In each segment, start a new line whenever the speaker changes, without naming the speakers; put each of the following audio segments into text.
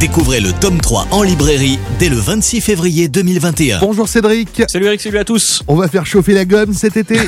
Découvrez le tome 3 en librairie dès le 26 février 2021.
Bonjour Cédric,
Salut Eric, salut à tous.
on va faire chauffer la gomme cet été.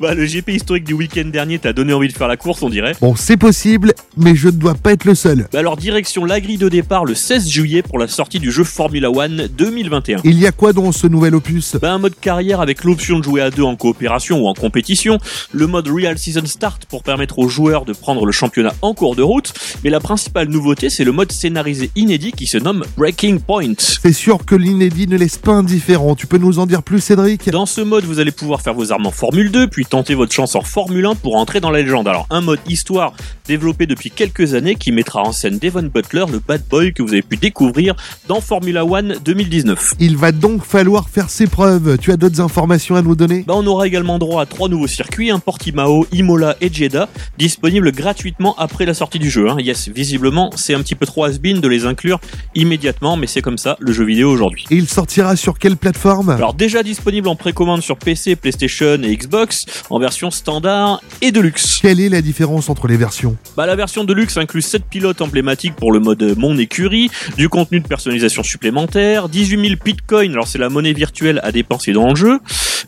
Bah, le GP historique du week-end dernier t'a donné envie de faire la course, on dirait.
Bon, c'est possible, mais je ne dois pas être le seul.
Bah, alors direction la grille de départ le 16 juillet pour la sortie du jeu Formula One 2021.
Il y a quoi dans ce nouvel opus
Bah, un mode carrière avec l'option de jouer à deux en coopération ou en compétition, le mode Real Season Start pour permettre aux joueurs de prendre le championnat en cours de route, mais la principale nouveauté c'est le mode scénarisé inédit qui se nomme Breaking Point.
C'est sûr que l'inédit ne laisse pas indifférent. Tu peux nous en dire plus Cédric
Dans ce mode, vous allez pouvoir faire vos armes en Formule 2, puis tenter votre chance en Formule 1 pour entrer dans la légende. Alors, un mode histoire développé depuis quelques années qui mettra en scène Devon Butler, le bad boy que vous avez pu découvrir dans Formula 1 2019.
Il va donc falloir faire ses preuves. Tu as d'autres informations à nous donner
Bah, on aura également droit à trois nouveaux circuits, un Portimao, Imola et Jeddah, disponibles gratuitement après la sortie du jeu. hein. Yes, visiblement, c'est un petit peu trop has-been de les inclure immédiatement, mais c'est comme ça le jeu vidéo aujourd'hui.
Et il sortira sur quelle plateforme
Alors déjà disponible en précommande sur PC, PlayStation et Xbox, en version standard et de luxe.
Quelle est la différence entre les versions
Bah, la version de luxe inclut 7 pilotes emblématiques pour le mode euh, Mon Écurie, du contenu de personnalisation supplémentaire, 18 000 bitcoins, alors c'est la monnaie virtuelle à dépenser dans le jeu,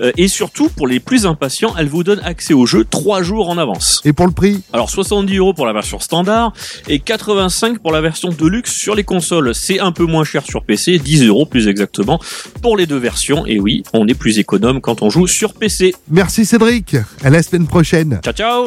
euh, et surtout pour les plus impatients, elle vous donne accès au jeu 3 jours en avance.
Et pour le prix
Alors 70 euros pour la version standard et 85 pour la version de luxe sur les consoles. C'est un peu moins cher sur PC, 10 euros plus exactement pour les deux versions. Et oui, on est plus économe quand on joue sur PC.
Merci Cédric, à la semaine prochaine.
Ciao ciao